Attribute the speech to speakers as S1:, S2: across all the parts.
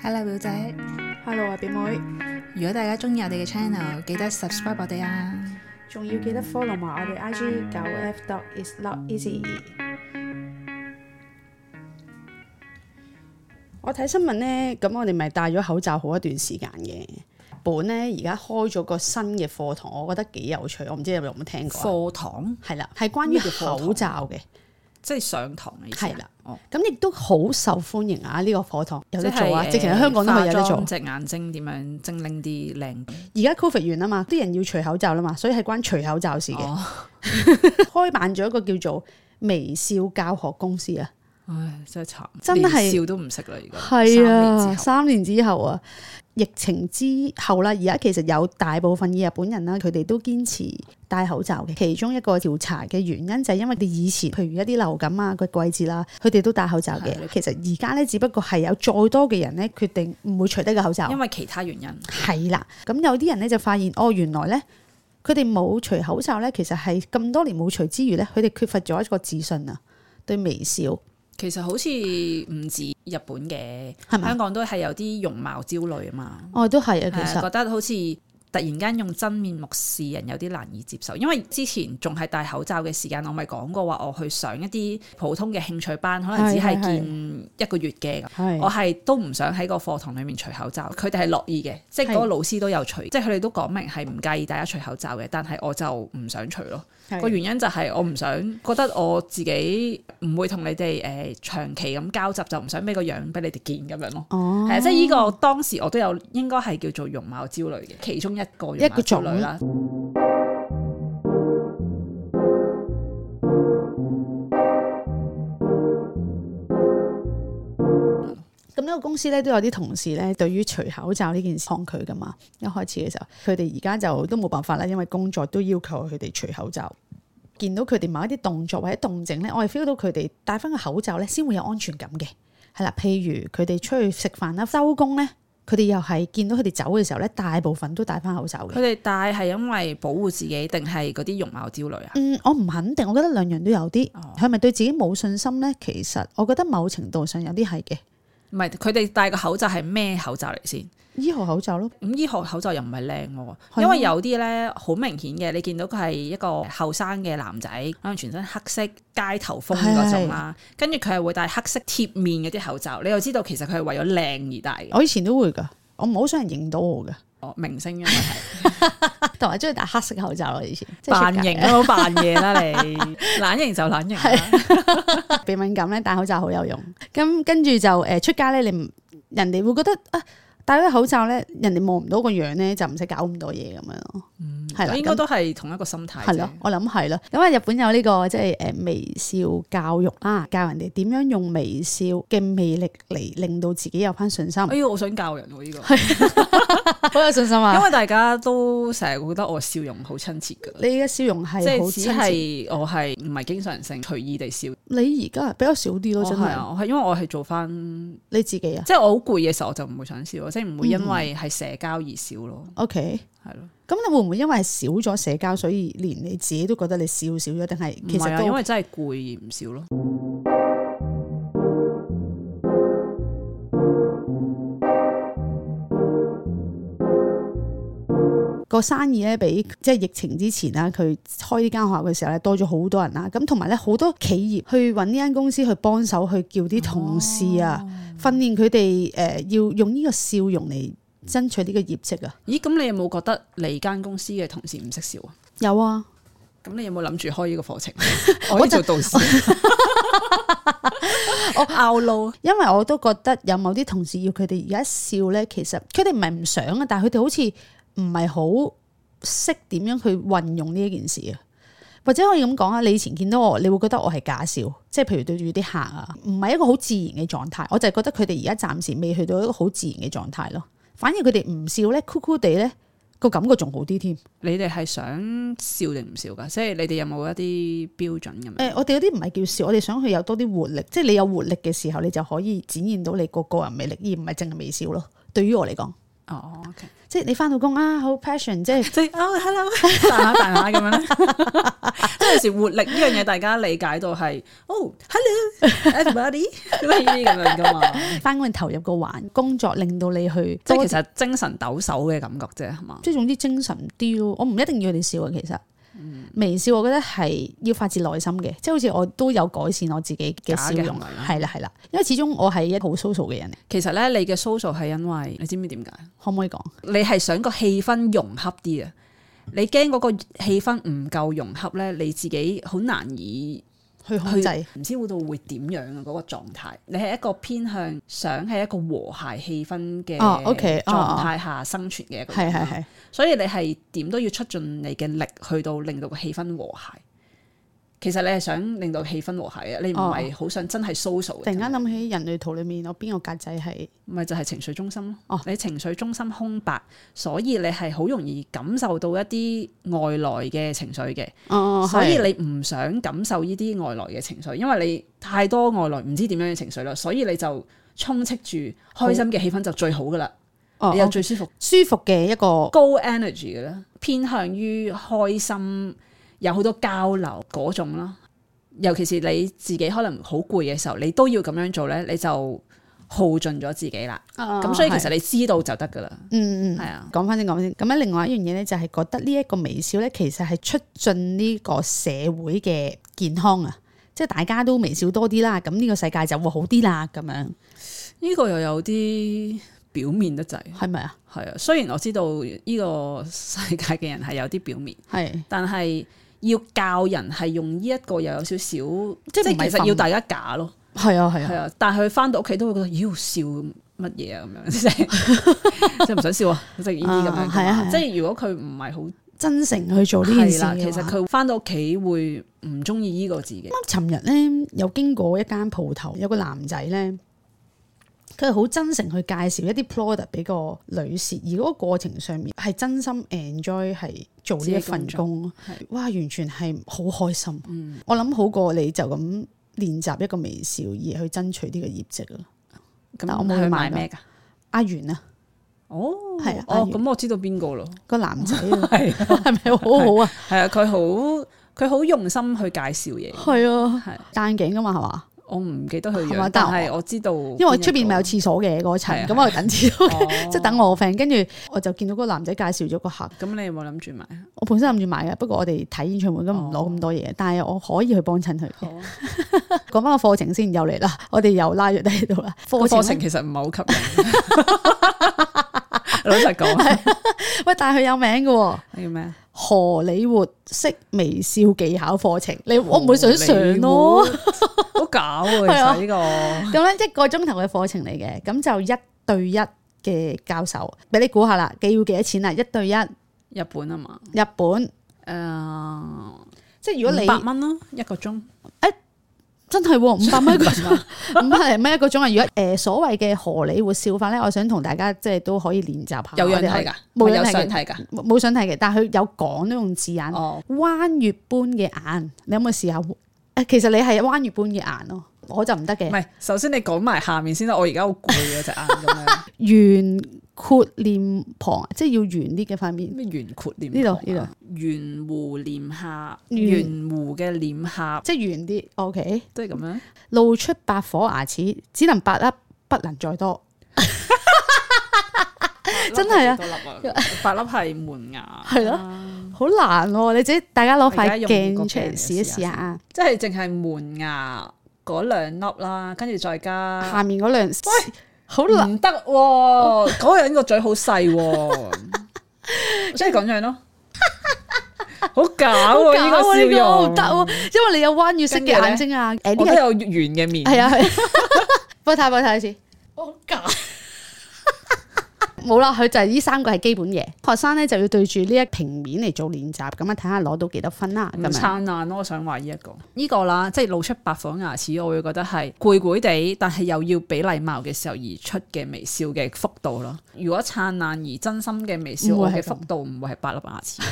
S1: Hello 表姐，
S2: Hello 啊，表妹，
S1: 如果大家中意我哋嘅 channel，記得 subscribe 我哋啊！
S2: 仲要記得 follow 埋我哋 IG 九 F dot is not easy。我睇新聞呢，咁我哋咪戴咗口罩好一段時間嘅。本呢，而家開咗個新嘅課堂，我覺得幾有趣。我唔知你有冇聽過啊？
S3: 課堂
S2: 係啦，係關於
S3: 咩叫課堂
S2: 口罩嘅，
S3: 即係上堂嘅意思啊
S2: 係啦
S3: 哦，
S2: 咁亦都好受歡迎啊！呢、個課堂有得
S3: 即
S2: 做啊，
S3: 係
S2: 直情喺香港都係有得
S3: 化
S2: 做
S3: 妝。隻眼睛點樣精靈啲靚啲
S2: 而家 Covid 完啊嘛，啲人要除口罩啦嘛，所以係關除口罩事嘅。
S3: 哦，
S2: 開辦咗一個叫做微笑教學公司啊，
S3: 唉，真係慘，
S2: 真係
S3: 連笑都唔識啦，而家三年之
S2: 係啊，
S3: 後
S2: 三年之後啊，疫情之後啦，而家其實有大部分嘅日本人啦，佢哋都堅持戴口罩嘅。其中一個調查嘅原因就係因為佢哋以前譬如一啲流感啊個季節啦，佢哋都戴口罩嘅
S3: 係啊。
S2: 其實而家咧，只不過係有再多嘅人咧決定唔會除低個口罩
S3: 因。為其他原因，
S2: 係啦，咁有啲人咧就發現，哦，原來咧佢哋冇除口罩咧，其實係咁多年冇除之餘咧，佢哋缺乏咗一個自信啊，對微笑
S3: 其實好似唔止日本嘅，
S2: 係咪啊
S3: 香？港都係有啲容貌焦慮啊嘛，
S2: 哦，都係啊，其
S3: 係
S2: 實
S3: 覺得好似。突然間用真面目示人有啲難以接受，因為之前仲係戴口罩嘅時間，我咪講過話我去上一啲普通嘅興趣班，可能只
S2: 係
S3: 係
S2: 係
S3: 見一個月嘅咁。我
S2: 係
S3: 係都唔想喺個課堂裡面除口罩，佢哋係樂意嘅，即係嗰個
S2: 係
S3: 老師都有除，即係佢哋都講明係唔介意大家除口罩嘅，但係我就唔想除咯。個原因就係我唔想覺得我自己唔會同你哋誒、呃、長期咁交集，就唔想俾個樣俾你哋見咁樣咯。
S2: 哦
S3: 係啊，即係呢個當時我都有應該係叫做容貌焦慮嘅其中一個容
S2: 一
S3: 貌
S2: 個
S3: 焦
S2: 種
S3: 慮啦。
S2: 咁呢個公司咧都有啲同事咧，對於除口罩呢件事抗拒噶嘛。一開始嘅時候，佢哋而家就都冇辦法啦，因為工作都要求佢哋除口罩。見到佢哋某一啲動作或者動靜咧，我係 feel 到佢哋戴翻個口罩咧，先會有安全感嘅。係啦，譬如佢哋出去食飯啦、收工咧，佢哋又係見到佢哋走嘅時候咧，大部分都戴翻口罩
S3: 佢
S2: 嘅。
S3: 哋戴係因為保護自己，定係嗰啲容貌焦慮啊？
S2: 嗯，我唔肯定，我覺得兩樣都有啲。
S3: 哦
S2: 佢係咪對自己冇信心咧？其實我覺得某程度上有啲係嘅。
S3: 唔係，佢哋戴個口罩係咩口罩嚟先？
S2: 醫學口罩咯，
S3: 咁醫學口罩又唔係靚喎，
S2: 係
S3: 因
S2: 啊
S3: 為有啲咧好明顯嘅，你見到佢係一個後生嘅男仔，可能全身黑色街頭風嗰種啦，跟住佢係會戴黑色貼面嗰啲口罩，你又知道其實佢係為咗靚而戴嘅，
S2: 我以前都會㗎，我唔好想人認到我㗎。
S3: 哦明星 因為係
S2: 同埋中意戴黑色口罩咯，以前即係出
S3: 扮
S2: 街
S3: 型啊都扮嘢啦你，懶型就懶型
S2: 啊
S3: 啦，
S2: 鼻敏感咧，戴口罩好有用。咁跟住就誒、呃出街咧，你唔人哋會覺得啊，戴咗口罩咧，人哋望唔到個樣咧，就唔使搞咁多嘢咁樣咯。係啦
S3: 嗯我應該都係同一個心態
S2: 係
S3: 啫
S2: 咯。，我諗係咯。咁啊，日本有呢、個即係誒微笑教育啦，教人哋點樣用微笑嘅魅力嚟令到自己有翻信心，
S3: 哎呀，我想教人喎呢個，
S2: 好有信心
S3: 因
S2: 啊！
S3: 為大家都成日覺得我笑容好親切㗎。
S2: 你嘅笑容
S3: 即
S2: 係好
S3: 係只
S2: 親切，
S3: 係我係唔係經常性隨意地笑，
S2: 你而家比較少啲
S3: 我
S2: 咯，真
S3: 係
S2: 係
S3: 啊，我係因為我係做翻
S2: 你自己啊。
S3: 即係我好攰嘅時候，我就唔會想笑咯，即係唔會因為係社交而笑咯，
S2: OK。
S3: 係咯。
S2: 咁你會唔會因為少咗社交，所以連你自己都覺得你少少咗？定係
S3: 唔
S2: 其
S3: 係
S2: 實
S3: 啊，
S2: 都
S3: 因為真係攰而唔笑咯。
S2: 個生意咧，比即係疫情之前啦，佢開呢間學校嘅時候咧，多咗好多人啦。咁同埋咧，好多企業去揾呢間公司去幫手，去叫啲同事啊，
S3: 哦
S2: 訓練佢哋呃誒要用呢個笑容嚟爭取呢個業績啊。
S3: 咦，咁你有冇覺得你間公司嘅同事唔識笑啊？
S2: 有啊，
S3: 咁你有冇諗住開呢個課程？我可以做導師， 我 out 路
S2: 因為我都覺得有某啲同事要佢哋而家笑咧，其實佢哋唔係唔想啊，但係佢哋好似唔係好識點樣去運用呢一件事啊。或者可以咁講啊，你以前見到我，你會覺得我係假笑，即係譬如對住啲客啊，唔係一個好自然嘅狀態。我就係覺得佢哋而家暫時未去到一個好自然嘅狀態咯。反而佢哋唔笑咧，酷酷地咧，個感覺仲好啲添。誒、
S3: 你哋係想笑定唔笑㗎？即係你哋有冇一啲標準咁樣？
S2: 我哋嗰啲唔係叫笑，我哋想去有多啲活力，即係你有活力嘅時候，你就可以展現到你個個人魅力，而唔係淨係微笑咯。對於我嚟講，
S3: 哦，OK，
S2: 即係你翻到工啊，好 passion，即 係
S3: 即係哦，hello，彈 下彈下咁樣 咧，即係有時活力呢樣嘢，大家理解到係哦，hello，everybody 咁樣呢啲咁樣噶嘛，
S2: 翻工投入個環工作，令到你去
S3: 即係
S2: 多
S3: 其實精神抖擞嘅感覺啫，係嘛？
S2: 即係總之精神啲咯。我唔一定要佢哋笑啊，其實微笑我覺得係要發自內心嘅，即係好似我都有改善我自己嘅
S3: 假
S2: 笑
S3: 嘅
S2: 容
S3: 行為啦，
S2: 係啦啊係啦，因為始終我係一個好 social 嘅人嚟，
S3: 其實咧，你嘅 social 係因為你知唔知點解？
S2: 可唔可以講？
S3: 你係想個氣氛融洽啲啊？你驚嗰個氣氛唔夠融洽咧，你自己好難以
S2: 去控制
S3: 去唔知會到會點樣啊嗰個狀態。你係一個偏向想係一個和諧氣氛嘅
S2: 哦，OK，哦
S3: 狀態下生存嘅一個
S2: 係
S3: 人啦
S2: 係係，
S3: 所以你係點都要出盡你嘅力去到令到個氣氛和諧。其實你係想令到氣氛和諧嘅，啊你唔
S2: 哦
S3: 係好想真係 social
S2: 突然
S3: 嘅，
S2: 間諗起人類圖裏面我邊個格仔係
S3: 咪就係情緒中心咯。
S2: 哦
S3: 你情緒中心空白，所以你係好容易感受到一啲外來嘅情緒嘅。
S2: 哦，
S3: 所以
S2: 係
S3: 你唔想感受呢啲外來嘅情緒，因為你太多外來唔知點樣嘅情緒啦，所以你就充斥住開心嘅氣氛就最好噶啦，
S2: 哦
S3: 你又最舒服，
S2: 舒服嘅一個
S3: 高 energy 嘅啦，偏向於開心，有好多交流嗰種啦。尤其是你自己可能好攰嘅時候，你都要咁樣做咧，你就耗盡咗自己啦。咁、
S2: 咁
S3: 所以其實你知道就得噶啦，
S2: 嗯嗯
S3: 係。啊，
S2: 講翻先，講翻先。咁咧，另外一樣嘢咧，就係覺得呢一個微笑咧，其實係促進呢個社會嘅健康啊，即係大家都微笑多啲啦，咁呢個世界就會好啲啦，咁樣
S3: 呢個又有啲表面得滯。
S2: 係咪啊？
S3: 係啊，雖然我知道呢個世界嘅人係有啲表面，
S2: 係
S3: 但係要教人係用呢一個又有少少，即
S2: 即係
S3: 係
S2: 唔係
S3: 其實要
S2: 憤
S3: 大家假咯，
S2: 係啊係
S3: 係
S2: 啊，
S3: 啊。但係佢翻到屋企都會覺得，妖笑乜嘢啊 咁樣，即係即係唔想笑啊，即係呢啲咁樣㗎
S2: 啊
S3: 嘛。
S2: 係啊係啊
S3: 即係如果佢唔係好
S2: 真誠去做呢件
S3: 係
S2: 事啊
S3: 啦，
S2: 嘅
S3: 其實
S2: 話
S3: 佢翻到屋企會唔中意呢個自己。
S2: 咁尋日咧有經過一間鋪頭，有個男仔咧，佢係好真誠去介紹一啲 product 俾個女士，而嗰個過程上面係真心 enjoy 係做呢一份工
S3: 自己，
S2: 哇！完全係好開心。
S3: 嗯
S2: 我諗好過你就咁練習一個微笑而去爭取呢個業績啊！
S3: 咁
S2: 但我冇去
S3: 佢
S2: 買
S3: 買
S2: 㗎
S3: 咩㗎？
S2: 阿元啊，
S3: 哦，
S2: 係啊阿
S3: 哦，
S2: 元
S3: 咁我知道邊個咯。
S2: 個男仔啊，
S3: 係
S2: 係咪好好啊？
S3: 係啊，佢好佢好用心去介紹嘢。
S2: 係啊，
S3: 係
S2: 戴眼鏡噶嘛係嘛？
S3: 我唔記得佢
S2: 係嘛
S3: 樣，
S2: 但
S3: 但
S2: 我
S3: 係我知道，
S2: 因為我出邊
S3: 邊
S2: 咪有廁所嘅嗰層，
S3: 係啊
S2: 咁我就等廁所，
S3: 哦
S2: 即係等我個 friend，跟住我就見到嗰個男仔介紹咗個客。
S3: 咁你有冇諗住買？
S2: 我本身諗住買嘅，不過我哋睇演唱會咁唔攞咁多嘢，但係我可以去幫襯佢。
S3: 哦好，
S2: 講翻個課程先，又嚟啦，我哋又拉咗低喺度啦。
S3: 課
S2: 課程
S3: 程
S2: 呢
S3: 其實唔係好吸引。 老實講，
S2: 喂，但係佢有名嘅喎，
S3: 你叫咩啊？
S2: 荷里活式微笑技巧課程，你我唔會想上咯。
S3: 哦好搞 啊！其
S2: 係啊
S3: 實呢個
S2: 咁咧一個鐘頭嘅課程嚟嘅，咁就一對一嘅教授，俾你估下啦，幾要幾多錢啊？一對一日
S3: 日本啊嘛，
S2: 本，
S3: 誒，
S2: 即係如果你
S3: 五百蚊咯，一個鐘，
S2: 真係喎五百蚊一個啊
S3: 五百蚊
S2: 五百零蚊一個鐘啊！如果誒、呃所謂嘅荷里活笑法咧，我想同大家即係都可以練習下。
S3: 有樣
S2: 啊我哋可以
S3: 睇㗎，
S2: 冇樣
S3: 有
S2: 睇嘅
S3: 相睇㗎。
S2: 冇冇想睇嘅，但係佢有講呢種字眼，
S3: 哦，
S2: 彎月般嘅眼，你可唔可以試下？誒，其實你係彎月般嘅眼咯，我就唔得
S3: 唔
S2: 嘅。
S3: 係，首先你講埋下面先啦，我而家好攰啊隻眼咁樣，
S2: 圓括臉旁，即係要圓啲嘅塊面。
S3: 咩圓括臉
S2: 呢度
S3: 旁啊，圓弧臉下，圓弧嘅臉下，
S2: 即係圓啲，OK，
S3: 都係咁 樣。
S2: 露出百顆牙齒，只能八粒，不能再多。真係啊
S3: 啊，八粒係門牙，
S2: 係咯，好難喎、你自己大家攞
S3: 啊我而家
S2: 塊
S3: 用
S2: 鏡
S3: 個
S2: 出嚟
S3: 鏡嚟
S2: 試一
S3: 試下
S2: 試下啊！
S3: 即係淨係門牙嗰兩粒啦，跟住再加
S2: 下面嗰兩，好難。
S3: 唔得 喎，嗰個人個嘴好細 喎，即係咁樣 咯，好搞喎嗯呢
S2: 搞
S3: 個
S2: 啊
S3: 笑
S2: 呢個我唔
S3: 容
S2: 得，喎，因為你有彎月式嘅眼睛啊！誒
S3: 我
S2: 呢
S3: 都
S2: 個
S3: 有圓嘅面，
S2: 係啊 係，幫我睇幫我睇先。我假。冇啦，佢就係呢三個係基本嘢。學生咧就要對住呢一平面嚟做練習，咁啊睇下攞到幾多分啦。咁
S3: 啊咁
S2: 樣
S3: 燦爛咯，我想話呢一個呢個啦，即係露出白火牙齒，我會覺得係攰攰地，但係又要俾禮貌嘅時候而出嘅微笑嘅幅度咯。如果燦爛而真心嘅微笑，
S2: 唔會
S3: 我
S2: 係
S3: 嘅
S2: 咁
S3: 幅度唔會係八粒牙齒。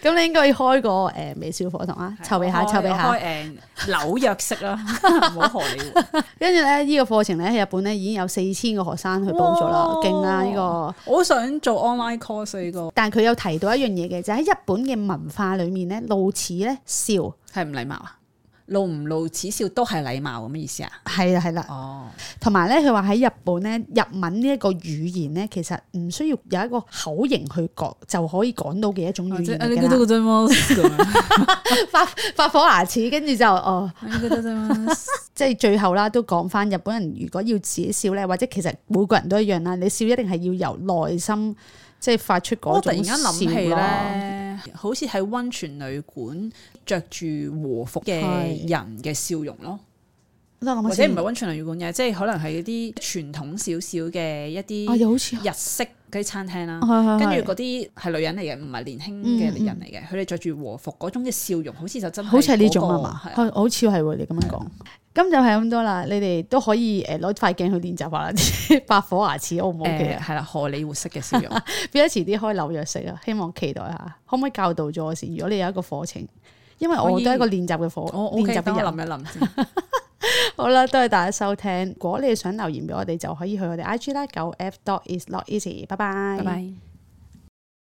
S2: 咁你應該要開個诶微笑課堂啊，籌備下，籌備下。
S3: 哦開誒紐約式 啦，唔好荷里活。
S2: 跟住咧，呢個課程咧喺日本咧已經有四千個學生去報咗啦，
S3: 哇
S2: 勁啦呢個！
S3: 我好想做 online course 啊呢個，
S2: 但係佢有提到一樣嘢嘅，就喺日本嘅文化裏面咧，露齒咧笑
S3: 係唔禮貌啊？露唔露齒笑都係禮貌咁嘅意思啊？
S2: 係啦係啦，
S3: 哦，
S2: 同埋咧佢話喺日本咧日文呢一個語言咧，其實唔需要有一個口型去講就可以講到嘅一種語言嚟㗎啦，
S3: 啫嘛，
S2: 發發火牙齒，跟住就哦。
S3: 啫嘛，
S2: 即係最後啦，都講翻日本人如果要自己笑咧，或者其實每個人都一樣啦，你笑一定係要由內心即係發出嗰
S3: 我突然
S2: 種
S3: 間諗起
S2: 笑咯。
S3: 咧，好似喺温泉旅館着住和服嘅
S2: 係
S3: 人嘅笑容咯，
S2: 我諗
S3: 或
S2: 下
S3: 者
S2: 先
S3: 唔係温泉旅館嘅，即係可能係一啲傳統少少嘅一
S2: 啊，
S3: 啲
S2: 又好似
S3: 日式嗰啲餐廳啦。
S2: 跟
S3: 跟住嗰啲係女人嚟嘅，唔係年輕
S2: 嗯
S3: 嘅人嚟嘅，佢哋着住和服嗰種嘅笑容，好似就真係
S2: 好似係呢種
S3: 嗰個啊
S2: 啊嘛，
S3: 係啊
S2: 係好似係喎，你咁樣講。咁就係咁多啦，你哋都可以誒攞塊鏡去練習 下啦，啲白火牙齒 O 唔 O K
S3: 誒
S2: 啊？
S3: 係啦，荷里活式嘅 笑容。
S2: 變咗遲啲開紐約式啊，希望期待下，可唔可以教導咗我先？如果你有一個課程，因為我都
S3: 可以
S2: 係一個練習嘅課，
S3: 我
S2: 練
S3: OK，
S2: 習
S3: 等
S2: 嘅
S3: 我
S2: 人。
S3: 諗一諗 先。
S2: 好啦，多謝大家收聽。如果你哋想留言俾我哋，就可以去我哋 I G 啦，九 F dot is not easy。拜拜。
S3: 拜拜。